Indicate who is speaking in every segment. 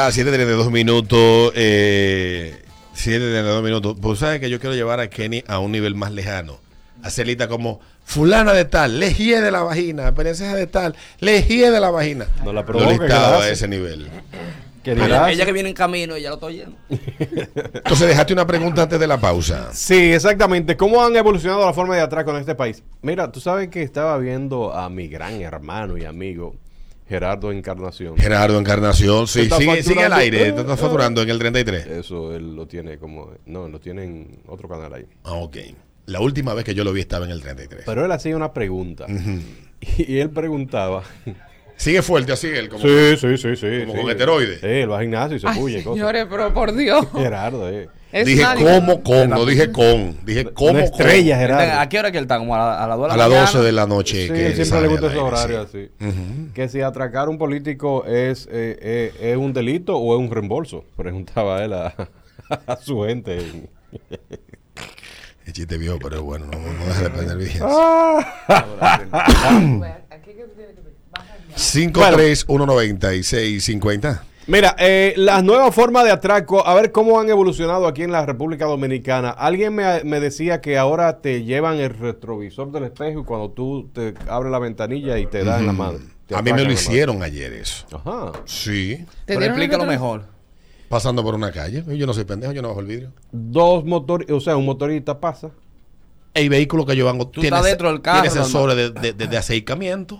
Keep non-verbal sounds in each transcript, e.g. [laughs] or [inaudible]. Speaker 1: A 7 de dos minutos, eh, 7 de dos minutos. Pues sabes que yo quiero llevar a Kenny a un nivel más lejano. A Celita como fulana de tal, lejía de la vagina, princesa de tal, lejía de la vagina.
Speaker 2: No la
Speaker 1: Lo
Speaker 2: provoque, que la
Speaker 1: listaba a
Speaker 2: hace.
Speaker 1: ese nivel.
Speaker 2: Que
Speaker 3: Pero
Speaker 2: la hace.
Speaker 3: ella que viene en camino y ya lo está oyendo.
Speaker 1: Entonces dejaste una pregunta antes de la pausa.
Speaker 2: Sí, exactamente. ¿Cómo han evolucionado la forma de atraco en este país? Mira, tú sabes que estaba viendo a mi gran hermano y amigo Gerardo Encarnación.
Speaker 1: Gerardo Encarnación,
Speaker 2: Te
Speaker 1: sí,
Speaker 2: está
Speaker 1: sigue, sigue al
Speaker 2: facturando.
Speaker 1: aire, te está facturando en el 33.
Speaker 2: Eso él lo tiene como... No, lo tiene en otro canal ahí.
Speaker 1: Ah, ok. La última vez que yo lo vi estaba en el 33.
Speaker 2: Pero él hacía una pregunta. Y él preguntaba...
Speaker 1: Sigue fuerte así él, como
Speaker 2: Sí, sí, sí, sí.
Speaker 1: Como
Speaker 2: sí.
Speaker 1: con heteroides.
Speaker 2: Sí, él va al gimnasio y se
Speaker 4: Ay,
Speaker 2: puye y cosas.
Speaker 4: señores, pero
Speaker 1: [laughs]
Speaker 4: por Dios.
Speaker 2: Gerardo, eh.
Speaker 4: Es
Speaker 1: dije
Speaker 4: sádico.
Speaker 1: como con, no dije con, dije como
Speaker 2: Una estrella,
Speaker 1: con.
Speaker 2: Gerardo.
Speaker 3: ¿A qué hora que él está? Como a la, a las dos
Speaker 1: A
Speaker 3: de la
Speaker 1: las
Speaker 3: mañana.
Speaker 1: 12 de la noche.
Speaker 2: Sí,
Speaker 1: que
Speaker 2: él siempre
Speaker 1: sale
Speaker 2: le gusta
Speaker 1: al
Speaker 2: esos
Speaker 1: aire, sí.
Speaker 2: horarios así. Que si atracar a un político es, eh, eh, es un delito o es un reembolso, [laughs] preguntaba él a, [laughs] a su gente.
Speaker 1: El chiste viejo, pero bueno, no, no deja de perder vigencia.
Speaker 2: Bueno.
Speaker 1: 5319650.
Speaker 2: Mira, eh, las nuevas formas de atraco, a ver cómo han evolucionado aquí en la República Dominicana. Alguien me, me decía que ahora te llevan el retrovisor del espejo y cuando tú te abres la ventanilla y te dan la madre. te
Speaker 1: A mí me lo
Speaker 2: atracan la madre.
Speaker 1: hicieron ayer eso.
Speaker 2: Ajá.
Speaker 1: Sí.
Speaker 4: ¿Te
Speaker 3: Pero
Speaker 4: dieron el
Speaker 3: explícalo
Speaker 4: otro-
Speaker 3: mejor.
Speaker 1: Pasando por una calle. Yo no soy pendejo, yo no bajo el vidrio.
Speaker 2: Dos motores, o sea, un motorista pasa.
Speaker 1: El vehículo que yo van
Speaker 3: Tú estás dentro del carro,
Speaker 1: tiene
Speaker 3: ¿no?
Speaker 1: sensores de, de, de- de aceitamiento.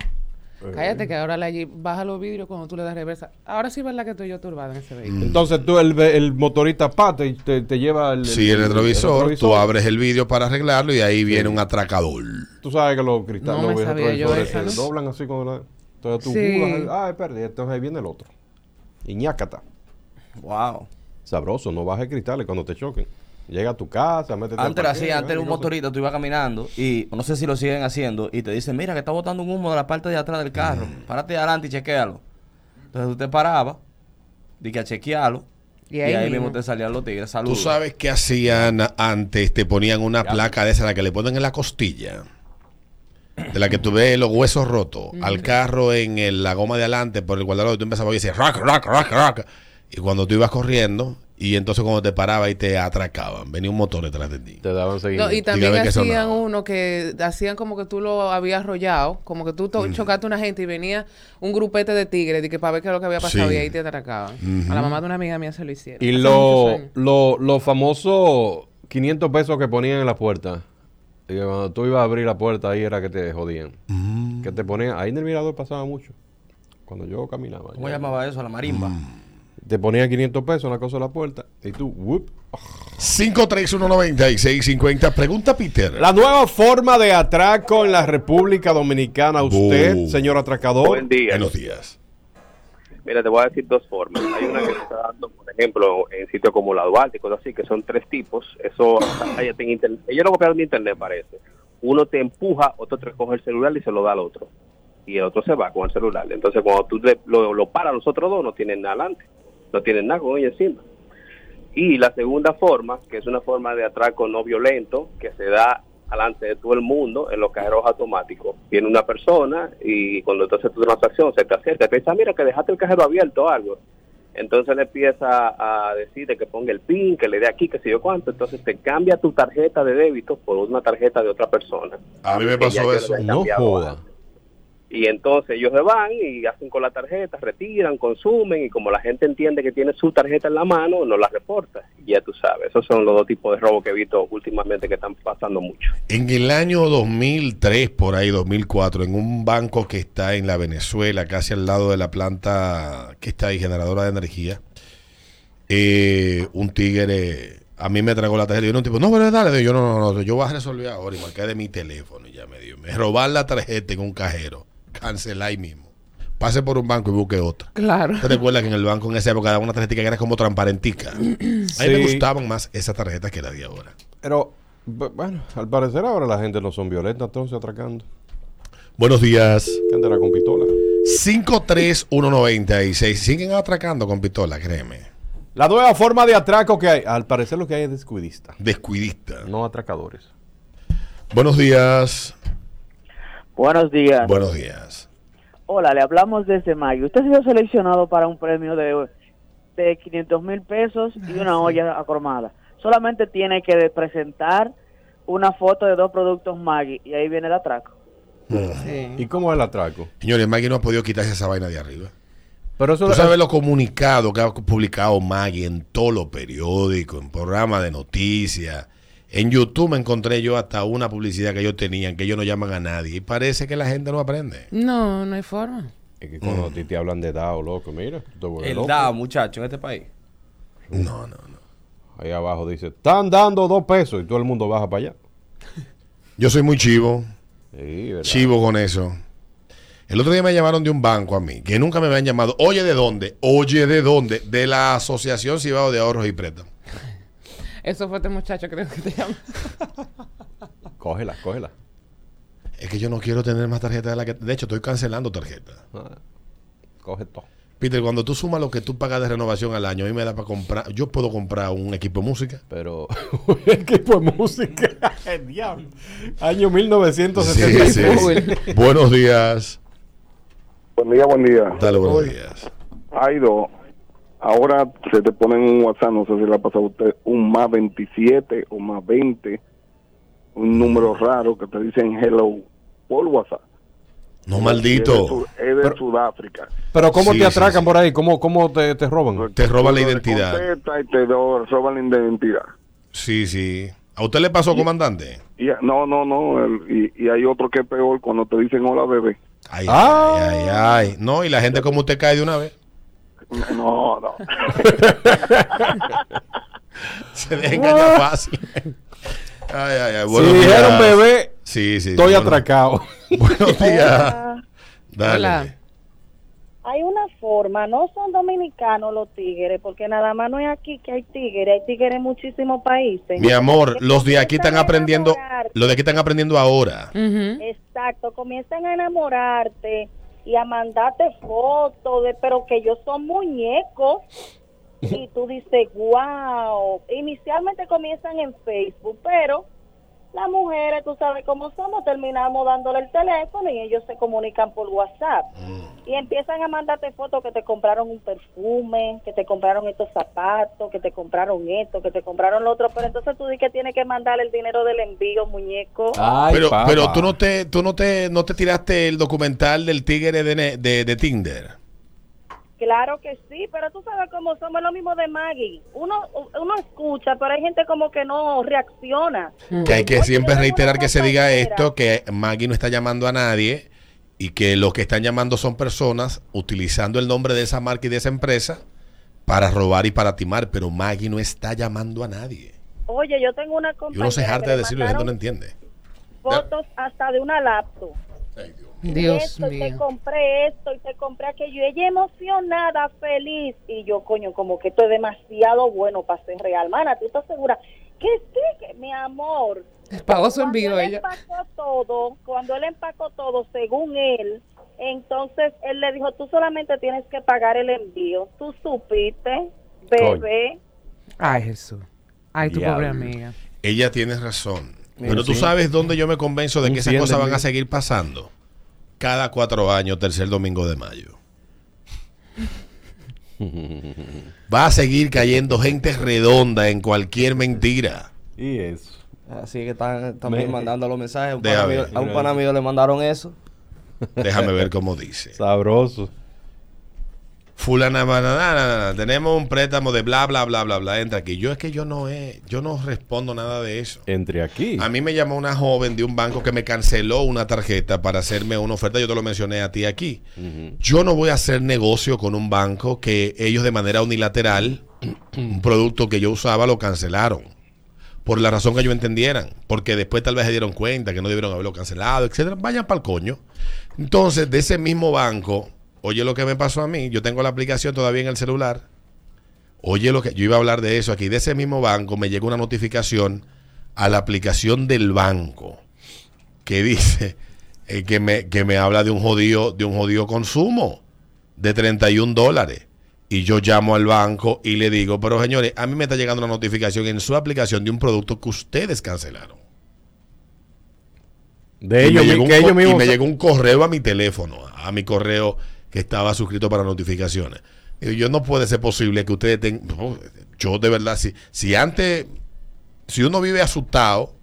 Speaker 4: Cállate que ahora la Jeep baja los vidrios cuando tú le das reversa. Ahora sí es verdad que estoy yo turbada en ese
Speaker 1: Mm.
Speaker 4: vehículo.
Speaker 2: Entonces tú, el, ve- el motorista pata y te, te lleva el,
Speaker 1: Sí, el retrovisor, Tú abres el vidrio para arreglarlo y ahí viene un atracador.
Speaker 2: Tú sabes que los cristales,
Speaker 4: No me
Speaker 2: los
Speaker 4: sabía yo
Speaker 2: retrovisores
Speaker 4: esa,
Speaker 2: se
Speaker 4: ¿no?
Speaker 2: doblan así cuando la- Entonces tú
Speaker 4: Sí.
Speaker 2: jugas, ah, perdí, entonces ahí viene el otro. Iñácata.
Speaker 3: Wow.
Speaker 2: Sabroso, no bajes cristales cuando te choquen. Llega a tu casa, métete al
Speaker 3: Antes era así,
Speaker 2: parqueo,
Speaker 3: antes era un
Speaker 2: ¿eh? Y cosas.
Speaker 3: motorista, tú ibas caminando y no sé si lo siguen haciendo y te dicen, mira que está botando un humo de la parte de atrás del carro,
Speaker 1: Mm.
Speaker 3: párate de adelante y chequealo. Entonces tú te parabas, di que a chequearlo y ahí, mismo. te salían los tigres,
Speaker 1: Tú
Speaker 3: saludos.
Speaker 1: sabes qué hacían antes, te ponían una placa de esa, la que le ponen en la costilla, de la que tú ves los huesos rotos, al carro en el- la goma de adelante, por el guardador, tú empezabas a decir rock, rock, rock, rock. Y cuando tú ibas corriendo, y entonces cuando te paraba y te atracaban, venía un motor detrás de ti.
Speaker 2: Te daban seguimiento.
Speaker 4: No, y también
Speaker 1: Dígame que eso
Speaker 4: hacían
Speaker 1: no.
Speaker 4: uno que hacían como que tú lo habías arrollado, como que tú to- chocaste a una gente y venía un grupete de tigres de que para ver qué es lo que había pasado
Speaker 1: Sí.
Speaker 4: y ahí te atracaban. A la mamá de una amiga mía se lo hicieron.
Speaker 2: Y
Speaker 4: Hace
Speaker 2: lo,
Speaker 4: muchos años.
Speaker 2: lo, los famosos 500 pesos que ponían en la puerta. Y que cuando tú ibas a abrir la puerta, ahí era que te jodían.
Speaker 1: Mm.
Speaker 2: Que te ponían, ahí en el mirador pasaba mucho. Cuando yo caminaba.
Speaker 3: ¿Cómo
Speaker 2: ya.
Speaker 3: llamaba eso? La marimba.
Speaker 1: Mm,
Speaker 2: Te ponían 500 pesos en la cosa de la puerta. Y tú, whoop.
Speaker 1: 5319650, pregunta Peter.
Speaker 2: La nueva forma de atraco en la República Dominicana. Usted,
Speaker 1: Bu.
Speaker 2: señor atracador.
Speaker 5: Buen día.
Speaker 1: Buenos días.
Speaker 5: Mira, te voy a decir dos formas. Hay una que se está dando, por ejemplo, en sitios como la Duarte y cosas así, que son tres tipos. Eso hay hasta en internet. Ellos lo copiaron de internet, parece. Uno te empuja, otro te coge el celular y se lo da al otro. Y el otro se va con el celular. Entonces, cuando tú le- lo, lo paras, los otros dos no tienen nada adelante. No tienen nada con ellos encima. Y la segunda forma, que es una forma de atraco no violento, que se da alante de todo el mundo en los cajeros automáticos. Viene una persona y cuando tú haces tu transacción se te acerca y piensa, mira que dejaste el cajero abierto o algo. Entonces le empieza a decir de que ponga el PIN, que le dé aquí, que sé yo cuánto. Entonces te cambia tu tarjeta de débito por una tarjeta de otra persona.
Speaker 1: A mí me
Speaker 5: Que ya yo
Speaker 1: pasó
Speaker 5: le
Speaker 1: eso.
Speaker 5: había
Speaker 2: No
Speaker 5: cambiado
Speaker 2: joda.
Speaker 5: antes. Y entonces ellos se van y hacen con la tarjeta, retiran, consumen y como la gente entiende que tiene su tarjeta en la mano, no la reporta. Y ya tú sabes, esos son los dos tipos de robos que he visto últimamente que están pasando mucho.
Speaker 1: En el año 2003, por ahí 2004, en un banco que está en la Venezuela, casi al lado de la planta que está ahí, generadora de energía, eh, un tigre a mí me tragó la tarjeta. Y yo era un tipo, no, pero dale, Digo, yo no, no, no, yo voy a resolver ahora y marqué de mi teléfono y ya me dio. Me [laughs] robar la tarjeta en un cajero, cancelá ahí mismo. Pase por un banco y busque otra. [laughs]
Speaker 4: Claro.
Speaker 1: ¿Te recuerdas que en el banco en esa época daba una tarjetita que era como transparentica? A mí me
Speaker 2: Sí.
Speaker 1: gustaban más esas tarjetas que las de ahora.
Speaker 2: Pero, bu- bueno, al parecer ahora la gente no son violentas, entonces atracando.
Speaker 1: Buenos días.
Speaker 2: Que andará con pistola.
Speaker 1: 53196. Siguen atracando con pistola, créeme.
Speaker 2: La nueva forma de atraco que hay. Al parecer lo que hay es descuidista.
Speaker 1: Descuidista.
Speaker 2: No atracadores.
Speaker 1: Buenos días.
Speaker 6: Buenos días.
Speaker 1: Buenos días.
Speaker 6: Hola, le hablamos desde mayo. Usted ha sido seleccionado para un premio de de 500 mil pesos y una olla acromada. Solamente tiene que presentar una foto de dos productos Maggi y ahí viene el atraco.
Speaker 2: ¿Y cómo es el atraco?
Speaker 1: Señores, Maggie no ha podido quitarse esa vaina de arriba.
Speaker 2: Pero eso
Speaker 1: Tú sabes lo comunicado que ha publicado Maggie en todos los periódicos, en programas de noticias. En YouTube me encontré yo hasta una publicidad que ellos tenían, que ellos no llaman a nadie. Y parece que la gente no aprende.
Speaker 4: No, no hay forma.
Speaker 2: Es que cuando a ti te hablan de DAO, loco, mira. tú te
Speaker 1: pues
Speaker 2: vuelves
Speaker 3: El
Speaker 2: loco.
Speaker 3: DAO, muchacho, en este país.
Speaker 1: No, no, no.
Speaker 2: Ahí abajo dice, están dando dos pesos y todo el mundo baja para allá.
Speaker 1: Yo soy muy chivo,
Speaker 2: Sí, ¿verdad?
Speaker 1: chivo con eso. El otro día me llamaron de un banco a mí, que nunca me habían llamado. Oye, ¿de dónde? Oye, ¿de dónde? De la Asociación Cibao de Ahorros y Préstamos.
Speaker 4: Eso fue este muchacho creo que te llama.
Speaker 2: Cógela, cógela.
Speaker 1: Es que yo no quiero tener más tarjetas de la que... De hecho, estoy cancelando tarjetas.
Speaker 2: Ah, Coge todo.
Speaker 1: Peter, cuando tú sumas lo que tú pagas de renovación al año, a mí me da para comprar... Yo puedo comprar un equipo de música.
Speaker 2: Pero, [laughs] equipo de música. [laughs] El diablo. Año
Speaker 1: Sí,
Speaker 2: 1976.
Speaker 1: sí, sí. buenos días.
Speaker 7: Buen día, buen día.
Speaker 1: Dale, buenos días.
Speaker 7: Aido, ahora se te ponen un WhatsApp, no sé si le ha pasado a usted, un más 27 o más 20, un número raro que te dicen hello por WhatsApp.
Speaker 1: No,
Speaker 7: Es de, Sud-
Speaker 1: maldito.
Speaker 7: es de Sudáfrica.
Speaker 2: Pero ¿cómo
Speaker 1: Sí, sí,
Speaker 2: te atracan
Speaker 1: sí.
Speaker 2: por ahí? ¿Cómo, cómo te, te roban?
Speaker 1: Te roba la
Speaker 7: Lo
Speaker 1: identidad.
Speaker 7: descontesta Y te do- roban la identidad.
Speaker 1: Sí, sí. ¿A usted le pasó, comandante?
Speaker 7: Y, no, no, no. el- y, y hay otro que es peor cuando te dicen hola, bebé.
Speaker 1: Ay,
Speaker 2: Ah.
Speaker 1: ay, ay, ay. No, y la gente como usted cae de una vez. [laughs]
Speaker 7: No,
Speaker 8: [laughs]
Speaker 7: no.
Speaker 1: Se deja engañar fácil. Ay, ay, ay.
Speaker 2: Si dijeron bebé,
Speaker 1: Sí, sí.
Speaker 2: estoy
Speaker 1: bueno.
Speaker 2: atracado.
Speaker 1: [laughs] Buenos días. Dale.
Speaker 4: Hola.
Speaker 9: hay una forma, no son dominicanos los tigres, porque nada más no es aquí que hay tigres, hay tigres en muchísimos países.
Speaker 1: Mi amor, los de aquí están
Speaker 9: Comienzan a
Speaker 1: aprendiendo.
Speaker 9: enamorarte.
Speaker 1: Los de aquí están aprendiendo ahora.
Speaker 4: Ujú.
Speaker 9: Exacto, comienzan a enamorarte y a mandarte fotos, de, pero que ellos son muñecos. Y tú dices, wow. Inicialmente comienzan en Facebook, pero las mujeres, tú sabes cómo somos, terminamos dándole el teléfono y ellos se comunican por WhatsApp. Y empiezan a mandarte fotos que te compraron un perfume, que te compraron estos zapatos, que te compraron esto, que te compraron lo otro. Pero entonces tú dices que tienes que mandar el dinero del envío, muñeco.
Speaker 3: Ah,
Speaker 2: Ay,
Speaker 1: pero,
Speaker 2: papá.
Speaker 1: pero tú no te, tú no te, no te tiraste el documental del tigre de, ne- de, de Tinder.
Speaker 9: Claro que sí, pero tú sabes cómo somos lo mismo de Maggie. Uno, uno escucha, pero hay gente como que no reacciona.
Speaker 1: Que hay que
Speaker 9: Oye,
Speaker 1: siempre
Speaker 9: tengo una
Speaker 1: reiterar que se diga
Speaker 9: compañera.
Speaker 1: esto, que Maggie no está llamando a nadie y que los que están llamando son personas utilizando el nombre de esa marca y de esa empresa para robar y para timar, pero Maggie no está llamando a nadie.
Speaker 9: Oye, yo tengo una
Speaker 1: Y
Speaker 9: compañera
Speaker 1: uno se harta
Speaker 9: que
Speaker 1: de
Speaker 9: le
Speaker 1: decirlo y la gente no
Speaker 9: mandaron
Speaker 1: entiende.
Speaker 9: fotos hasta de una laptop.
Speaker 4: Dios
Speaker 9: esto, y te
Speaker 4: mío.
Speaker 9: compré esto y te compré aquello. Y ella emocionada, feliz. Y yo, coño, como que esto es demasiado bueno para ser real. Mana, ¿tú estás segura? Que sí, que- mi amor.
Speaker 4: Pagó su envío
Speaker 9: Cuando él
Speaker 4: ella.
Speaker 9: empacó todo, cuando él empacó todo, según él, entonces él le dijo, tú solamente tienes que pagar el envío. Tú supiste, bebé.
Speaker 4: Ay, Jesús. Ay, tu pobre amiga.
Speaker 1: Ella tiene razón.
Speaker 3: Mira,
Speaker 1: pero tú
Speaker 3: sí.
Speaker 1: sabes dónde yo me convenzo de que esas cosas van
Speaker 2: Enciéndeme.
Speaker 1: a seguir pasando. Cada cuatro años, tercer domingo de
Speaker 3: [laughs]
Speaker 1: mayo. Va a seguir cayendo gente redonda en cualquier mentira.
Speaker 2: [laughs] Y eso.
Speaker 3: Así que están también
Speaker 2: Me-
Speaker 3: mandando los mensajes. Un
Speaker 1: Deja
Speaker 3: pana mío-
Speaker 1: ver.
Speaker 3: a un pana mío le mandaron eso.
Speaker 1: Déjame ver cómo dice.
Speaker 2: Sabroso.
Speaker 1: Fulana, banana, tenemos un préstamo de bla, bla, bla, bla, bla. Entra aquí. Yo es que yo no, he, yo no respondo nada de eso.
Speaker 2: Entre aquí.
Speaker 1: A mí me llamó una joven de un banco que me canceló una tarjeta para hacerme una oferta. Yo te lo mencioné a ti aquí. Yo no voy a hacer negocio con un banco que ellos de manera unilateral, un producto que yo usaba, lo cancelaron. Por la razón que ellos entendieran. Porque después tal vez se dieron cuenta que no debieron haberlo cancelado, etcétera. Vayan para el coño. Entonces, de ese mismo banco, oye lo que me pasó a mí. Yo tengo la aplicación todavía en el celular. Oye lo que yo iba a hablar de eso aquí. De ese mismo banco me llegó una notificación a la aplicación del banco que dice eh, que, me, que me habla de un jodido, de un jodido consumo de 31 dólares. Y yo llamo al banco y le digo, pero señores, a mí me está llegando una notificación en su aplicación de un producto que ustedes cancelaron.
Speaker 2: De
Speaker 1: y me,
Speaker 2: ellos, mi-
Speaker 1: llegó un,
Speaker 2: que ellos
Speaker 1: co- y
Speaker 2: mismos.
Speaker 1: me llegó un correo a mi teléfono, a mi correo que estaba suscrito para notificaciones. Eh, Yo no puede ser posible que ustedes tengan. no, yo de verdad, si, si antes, si uno vive asustado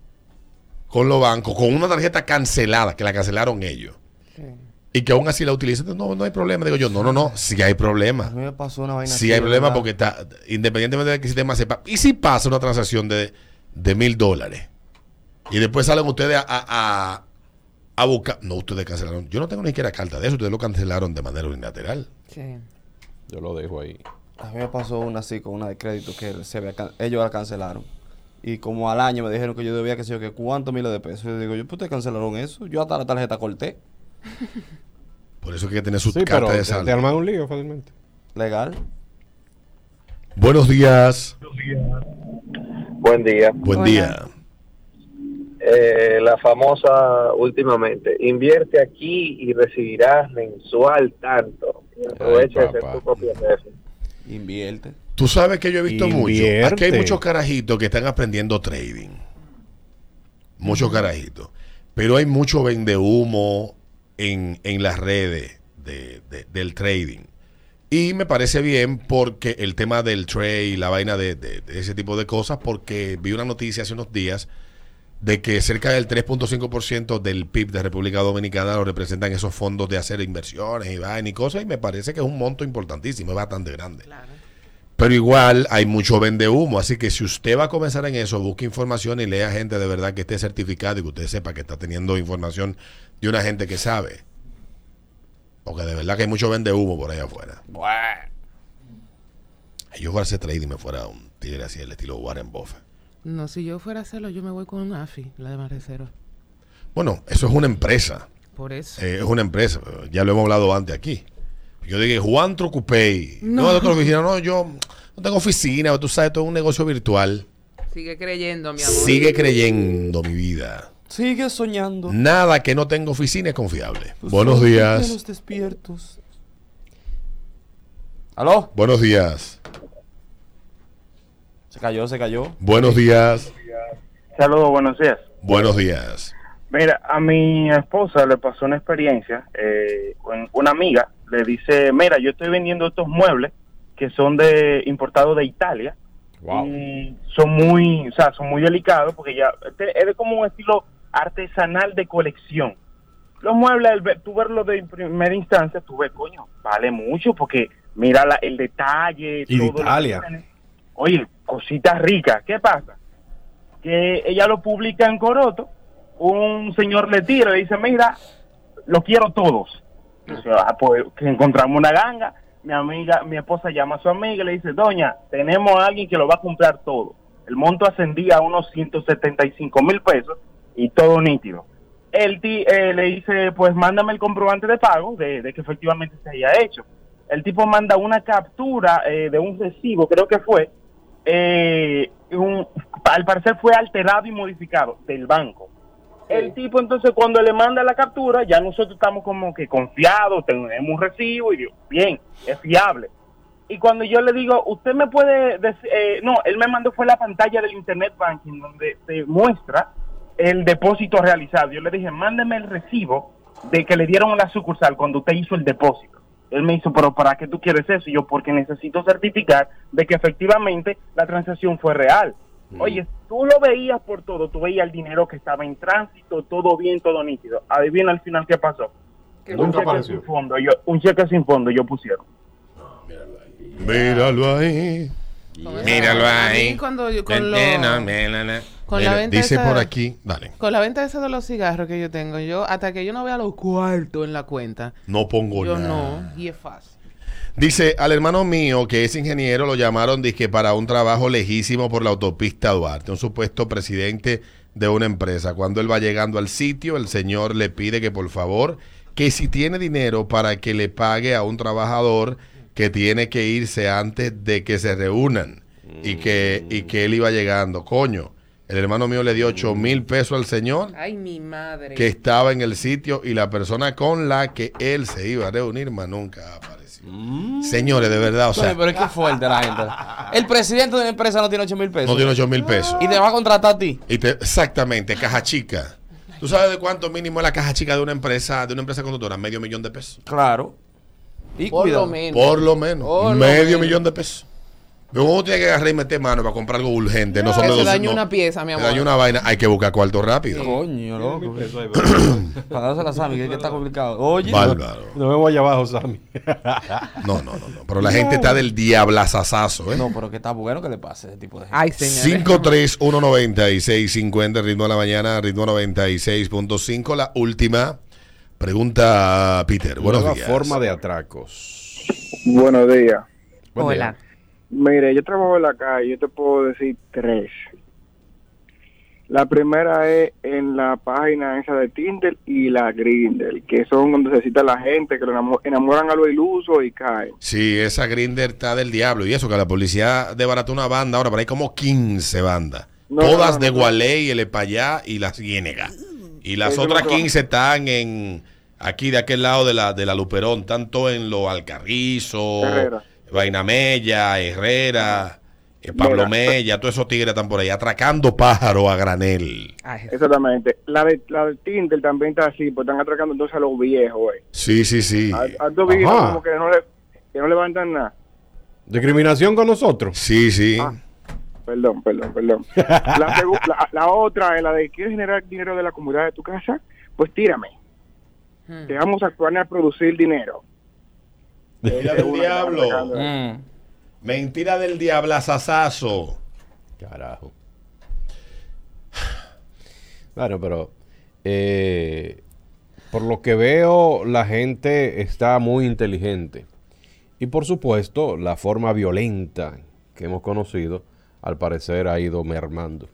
Speaker 1: con los bancos, con una tarjeta cancelada, que la cancelaron ellos, y que aún así la utilicen, no, no hay problema. Digo yo, no, no, no, si hay problema.
Speaker 3: A mí me pasó una vaina.
Speaker 1: Si hay problema porque está, independientemente de que el sistema sepa, y si pasa una transacción de, de mil dólares y después salen ustedes a, a, a- a buscar, no, ustedes cancelaron, yo no tengo ni siquiera carta de eso, ustedes lo cancelaron de manera unilateral.
Speaker 4: Sí.
Speaker 2: Yo lo dejo ahí.
Speaker 3: A mí me pasó una así con una de crédito que se había can- ellos la cancelaron. Y como al año me dijeron que yo debía que sé yo que cuántos miles de pesos. Yo digo, yo, pues ustedes cancelaron eso. Yo hasta la tarjeta corté.
Speaker 1: Por eso hay que tener sus
Speaker 2: Sí, pero
Speaker 1: cartas de
Speaker 2: te,
Speaker 1: saldo.
Speaker 2: te arman un lío fácilmente.
Speaker 3: Legal.
Speaker 1: Buenos días,
Speaker 5: Buen día.
Speaker 1: buen
Speaker 4: Hola.
Speaker 1: día.
Speaker 5: Eh, la famosa últimamente, invierte aquí y recibirás mensual tanto. Y aprovecha
Speaker 2: Ay,
Speaker 5: de ser
Speaker 2: papá.
Speaker 5: tu propio jefe.
Speaker 3: Invierte.
Speaker 1: Tú sabes que yo he visto mucho. Aquí hay
Speaker 2: Invierte.
Speaker 1: muchos carajitos que están aprendiendo trading. Muchos carajitos. Pero hay mucho vendehumo en, en las redes de- de- del trading. Y me parece bien porque el tema del trade y la vaina de, de- de ese tipo de cosas, porque vi una noticia hace unos días de que cerca del 3.5% del PIB de República Dominicana lo representan esos fondos de hacer inversiones y vaina y cosas, y me parece que es un monto importantísimo, es bastante grande. Pero igual hay mucho vende humo, así que si usted va a comenzar en eso, busque información y lea gente de verdad que esté certificada y que usted sepa que está teniendo información de una gente que sabe. Porque de verdad que hay mucho vende humo por allá afuera. Ay, Yo fuera a hacer trading y me fuera un tigre así del estilo Warren Buffett.
Speaker 4: No, si yo fuera a hacerlo, yo me voy con un AFI, la de Marrecero.
Speaker 1: Bueno, eso es una empresa.
Speaker 4: Por eso.
Speaker 1: Eh, es una empresa, pero ya lo hemos hablado antes aquí. Yo dije, Juan Trocupey. No,
Speaker 4: No.
Speaker 1: doctor oficina, no, yo no tengo oficina, tú sabes, todo es un negocio virtual.
Speaker 4: Sigue creyendo, mi amor.
Speaker 1: Sigue creyendo mi vida.
Speaker 3: Sigue soñando.
Speaker 1: Nada que no tenga oficina es confiable.
Speaker 3: Tus
Speaker 1: Mm. Buenos
Speaker 3: ojos de
Speaker 1: días.
Speaker 3: los despiertos. ¿Aló?
Speaker 1: Buenos días.
Speaker 3: Se cayó, se cayó.
Speaker 1: Buenos días.
Speaker 8: Saludos, buenos días.
Speaker 1: Buenos días.
Speaker 8: Mira, a mi esposa le pasó una experiencia. eh, con una amiga le dice, mira, yo estoy vendiendo estos muebles que son de importados de Italia
Speaker 2: Mm,
Speaker 8: y Mm, son muy, o sea, son muy delicados porque ya este- es de como un estilo artesanal de colección. Los muebles, al ver- tú verlos de primera instancia, tú ves, coño, vale mucho porque mira la- el detalle.
Speaker 2: Y de
Speaker 8: todo lo que
Speaker 2: Italia.
Speaker 8: tiene. Oye, cositas ricas. ¿Qué pasa? Que ella lo publica en Coroto. Un señor le tira, le dice, mira, los quiero todos. O sea, ah, pues que encontramos una ganga. Mi amiga, mi esposa llama a su amiga y le dice, doña, tenemos a alguien que lo va a comprar todo. El monto ascendía a unos 175 mil pesos y todo nítido. El ti- eh, le dice, pues mándame el comprobante de pago de, de que efectivamente se haya hecho. El tipo manda una captura eh, de un recibo, creo que fue, eh, un- al parecer fue alterado y modificado del banco. El tipo entonces cuando le manda la captura, ya nosotros estamos como que confiados, tenemos un recibo y digo, bien, es fiable. Y cuando yo le digo, usted me puede decir, eh, no, él me mandó fue la pantalla del Internet Banking donde te muestra el depósito realizado. Yo le dije, mándeme el recibo de que le dieron a la sucursal cuando usted hizo el depósito. Él me hizo, pero ¿para qué tú quieres eso? Y yo, porque necesito certificar de que efectivamente la transacción fue real. Oye, tú lo veías por todo, tú veías el dinero que estaba en tránsito, todo bien, todo nítido. Adivina al final qué pasó. un cheque sin fondo, yo, un cheque sin fondo, yo pusieron.
Speaker 1: Míralo ahí.
Speaker 4: Con esa-
Speaker 1: Míralo
Speaker 4: a
Speaker 1: ahí.
Speaker 4: mí cuando yo- con, lo- con la
Speaker 1: Mira,
Speaker 4: venta
Speaker 1: Dice
Speaker 4: esa-
Speaker 1: por aquí. Dale.
Speaker 4: con la venta esa de los cigarros que yo tengo, yo hasta que yo no vea los cuartos en la cuenta,
Speaker 1: No pongo
Speaker 4: yo
Speaker 1: nada.
Speaker 4: no, y es fácil.
Speaker 1: Dice, al hermano mío, que es ingeniero, lo llamaron dizque, para un trabajo lejísimo por la autopista Duarte, un supuesto presidente de una empresa. Cuando él va llegando al sitio, el señor le pide que por favor, que si tiene dinero para que le pague a un trabajador que tiene que irse antes de que se reúnan y, que, y que él iba llegando. Coño, el hermano mío le dio 8 mil pesos al señor
Speaker 4: Ay, mi madre.
Speaker 1: que estaba en el sitio y la persona con la que él se iba a reunir más nunca apareció.
Speaker 4: Mm.
Speaker 1: Señores, de verdad, o
Speaker 3: Oye,
Speaker 1: sea,
Speaker 3: pero es que fuerte la gente. El presidente de una empresa no tiene 8 mil pesos.
Speaker 1: no tiene 8 mil pesos.
Speaker 3: Y te va a contratar a ti.
Speaker 1: Y te- exactamente, caja chica. ¿Tú sabes de cuánto mínimo es la caja chica de una empresa, de una empresa conductora? Medio millón de pesos.
Speaker 3: Claro. Y
Speaker 4: Por
Speaker 3: cuidado.
Speaker 4: lo menos.
Speaker 1: Por lo menos.
Speaker 4: Por lo
Speaker 1: medio
Speaker 4: menos.
Speaker 1: millón de pesos. Luego uno tiene que agarrar y meter mano para comprar algo urgente. No son
Speaker 4: Que
Speaker 1: de
Speaker 4: se
Speaker 1: dos-
Speaker 4: dañó
Speaker 1: no.
Speaker 4: una pieza, mi
Speaker 1: Se
Speaker 4: amor.
Speaker 1: dañó una vaina. Hay que buscar cuarto rápido.
Speaker 3: Coño, loco. Para darse la Sammy, que está complicado. Oye,
Speaker 1: Bárbaro.
Speaker 2: Nos vemos allá abajo, Sammy.
Speaker 1: No, no, no, no. Pero la gente está del diablazazazo, ¿eh?
Speaker 3: no, pero que está bueno que le pase ese tipo de gente.
Speaker 4: Ay, señores.
Speaker 1: 5319650, ritmo de la mañana, ritmo 96.5. La última pregunta, Peter. Buenos
Speaker 2: Nueva
Speaker 1: días.
Speaker 2: forma de atracos.
Speaker 7: Buenos días.
Speaker 2: Buen día.
Speaker 4: Hola.
Speaker 7: Mire, yo trabajo en la calle, yo te puedo decir tres. La primera es en la página esa de Tinder y la Grindel, que son donde se cita la gente, que lo enamo- enamoran a lo iluso y caen.
Speaker 1: Sí, esa Grinder está del diablo. Y eso, que la policía desbarató una banda ahora, pero hay como 15 bandas.
Speaker 7: No,
Speaker 1: Todas
Speaker 7: no, no,
Speaker 1: de
Speaker 7: no.
Speaker 1: Gualey, el Epayá y las Ciénega. Y las
Speaker 7: Eso
Speaker 1: otras
Speaker 7: no se va.
Speaker 1: 15 están en aquí de aquel lado de la, de la Luperón, tanto en los Alcarrizo,
Speaker 7: Herrera.
Speaker 1: Vainamella, Herrera, eh, Pablo
Speaker 7: Mira.
Speaker 1: Mella, todos esos tigres están por ahí, atracando pájaro a granel.
Speaker 4: Ay, Jesús.
Speaker 7: Exactamente. La de, la de Tinder también está así, pues están atracando entonces a los viejos, eh.
Speaker 1: Sí, sí, sí.
Speaker 7: A, a los viejos
Speaker 2: Ajá.
Speaker 7: como que no, le, que no levantan nada.
Speaker 2: Discriminación con nosotros.
Speaker 1: Sí, sí.
Speaker 7: Ah. Perdón, perdón, perdón. La, segu- la- la otra es la de ¿quieres generar dinero de la comunidad de tu casa? Pues tírame.
Speaker 4: Hmm.
Speaker 7: Te vamos a actuar a producir dinero.
Speaker 1: Mentira [laughs] del diablo.
Speaker 3: Mm.
Speaker 1: Mentira del diablazazazo.
Speaker 2: Carajo. Claro, pero eh, por lo que veo, la gente está muy inteligente. Y por supuesto, la forma violenta que hemos conocido, al parecer ha ido mermando.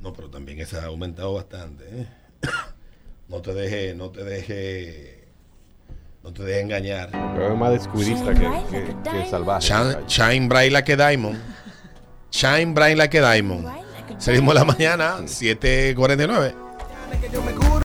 Speaker 1: No, pero también esa ha aumentado bastante. ¿eh? [coughs] No te deje, no te deje, no te deje engañar.
Speaker 2: Creo que es más descuidista que, que- que salvaje.
Speaker 1: Shine, shine bright like a diamond. Shine bright like a diamond. Seguimos la mañana, 7.49.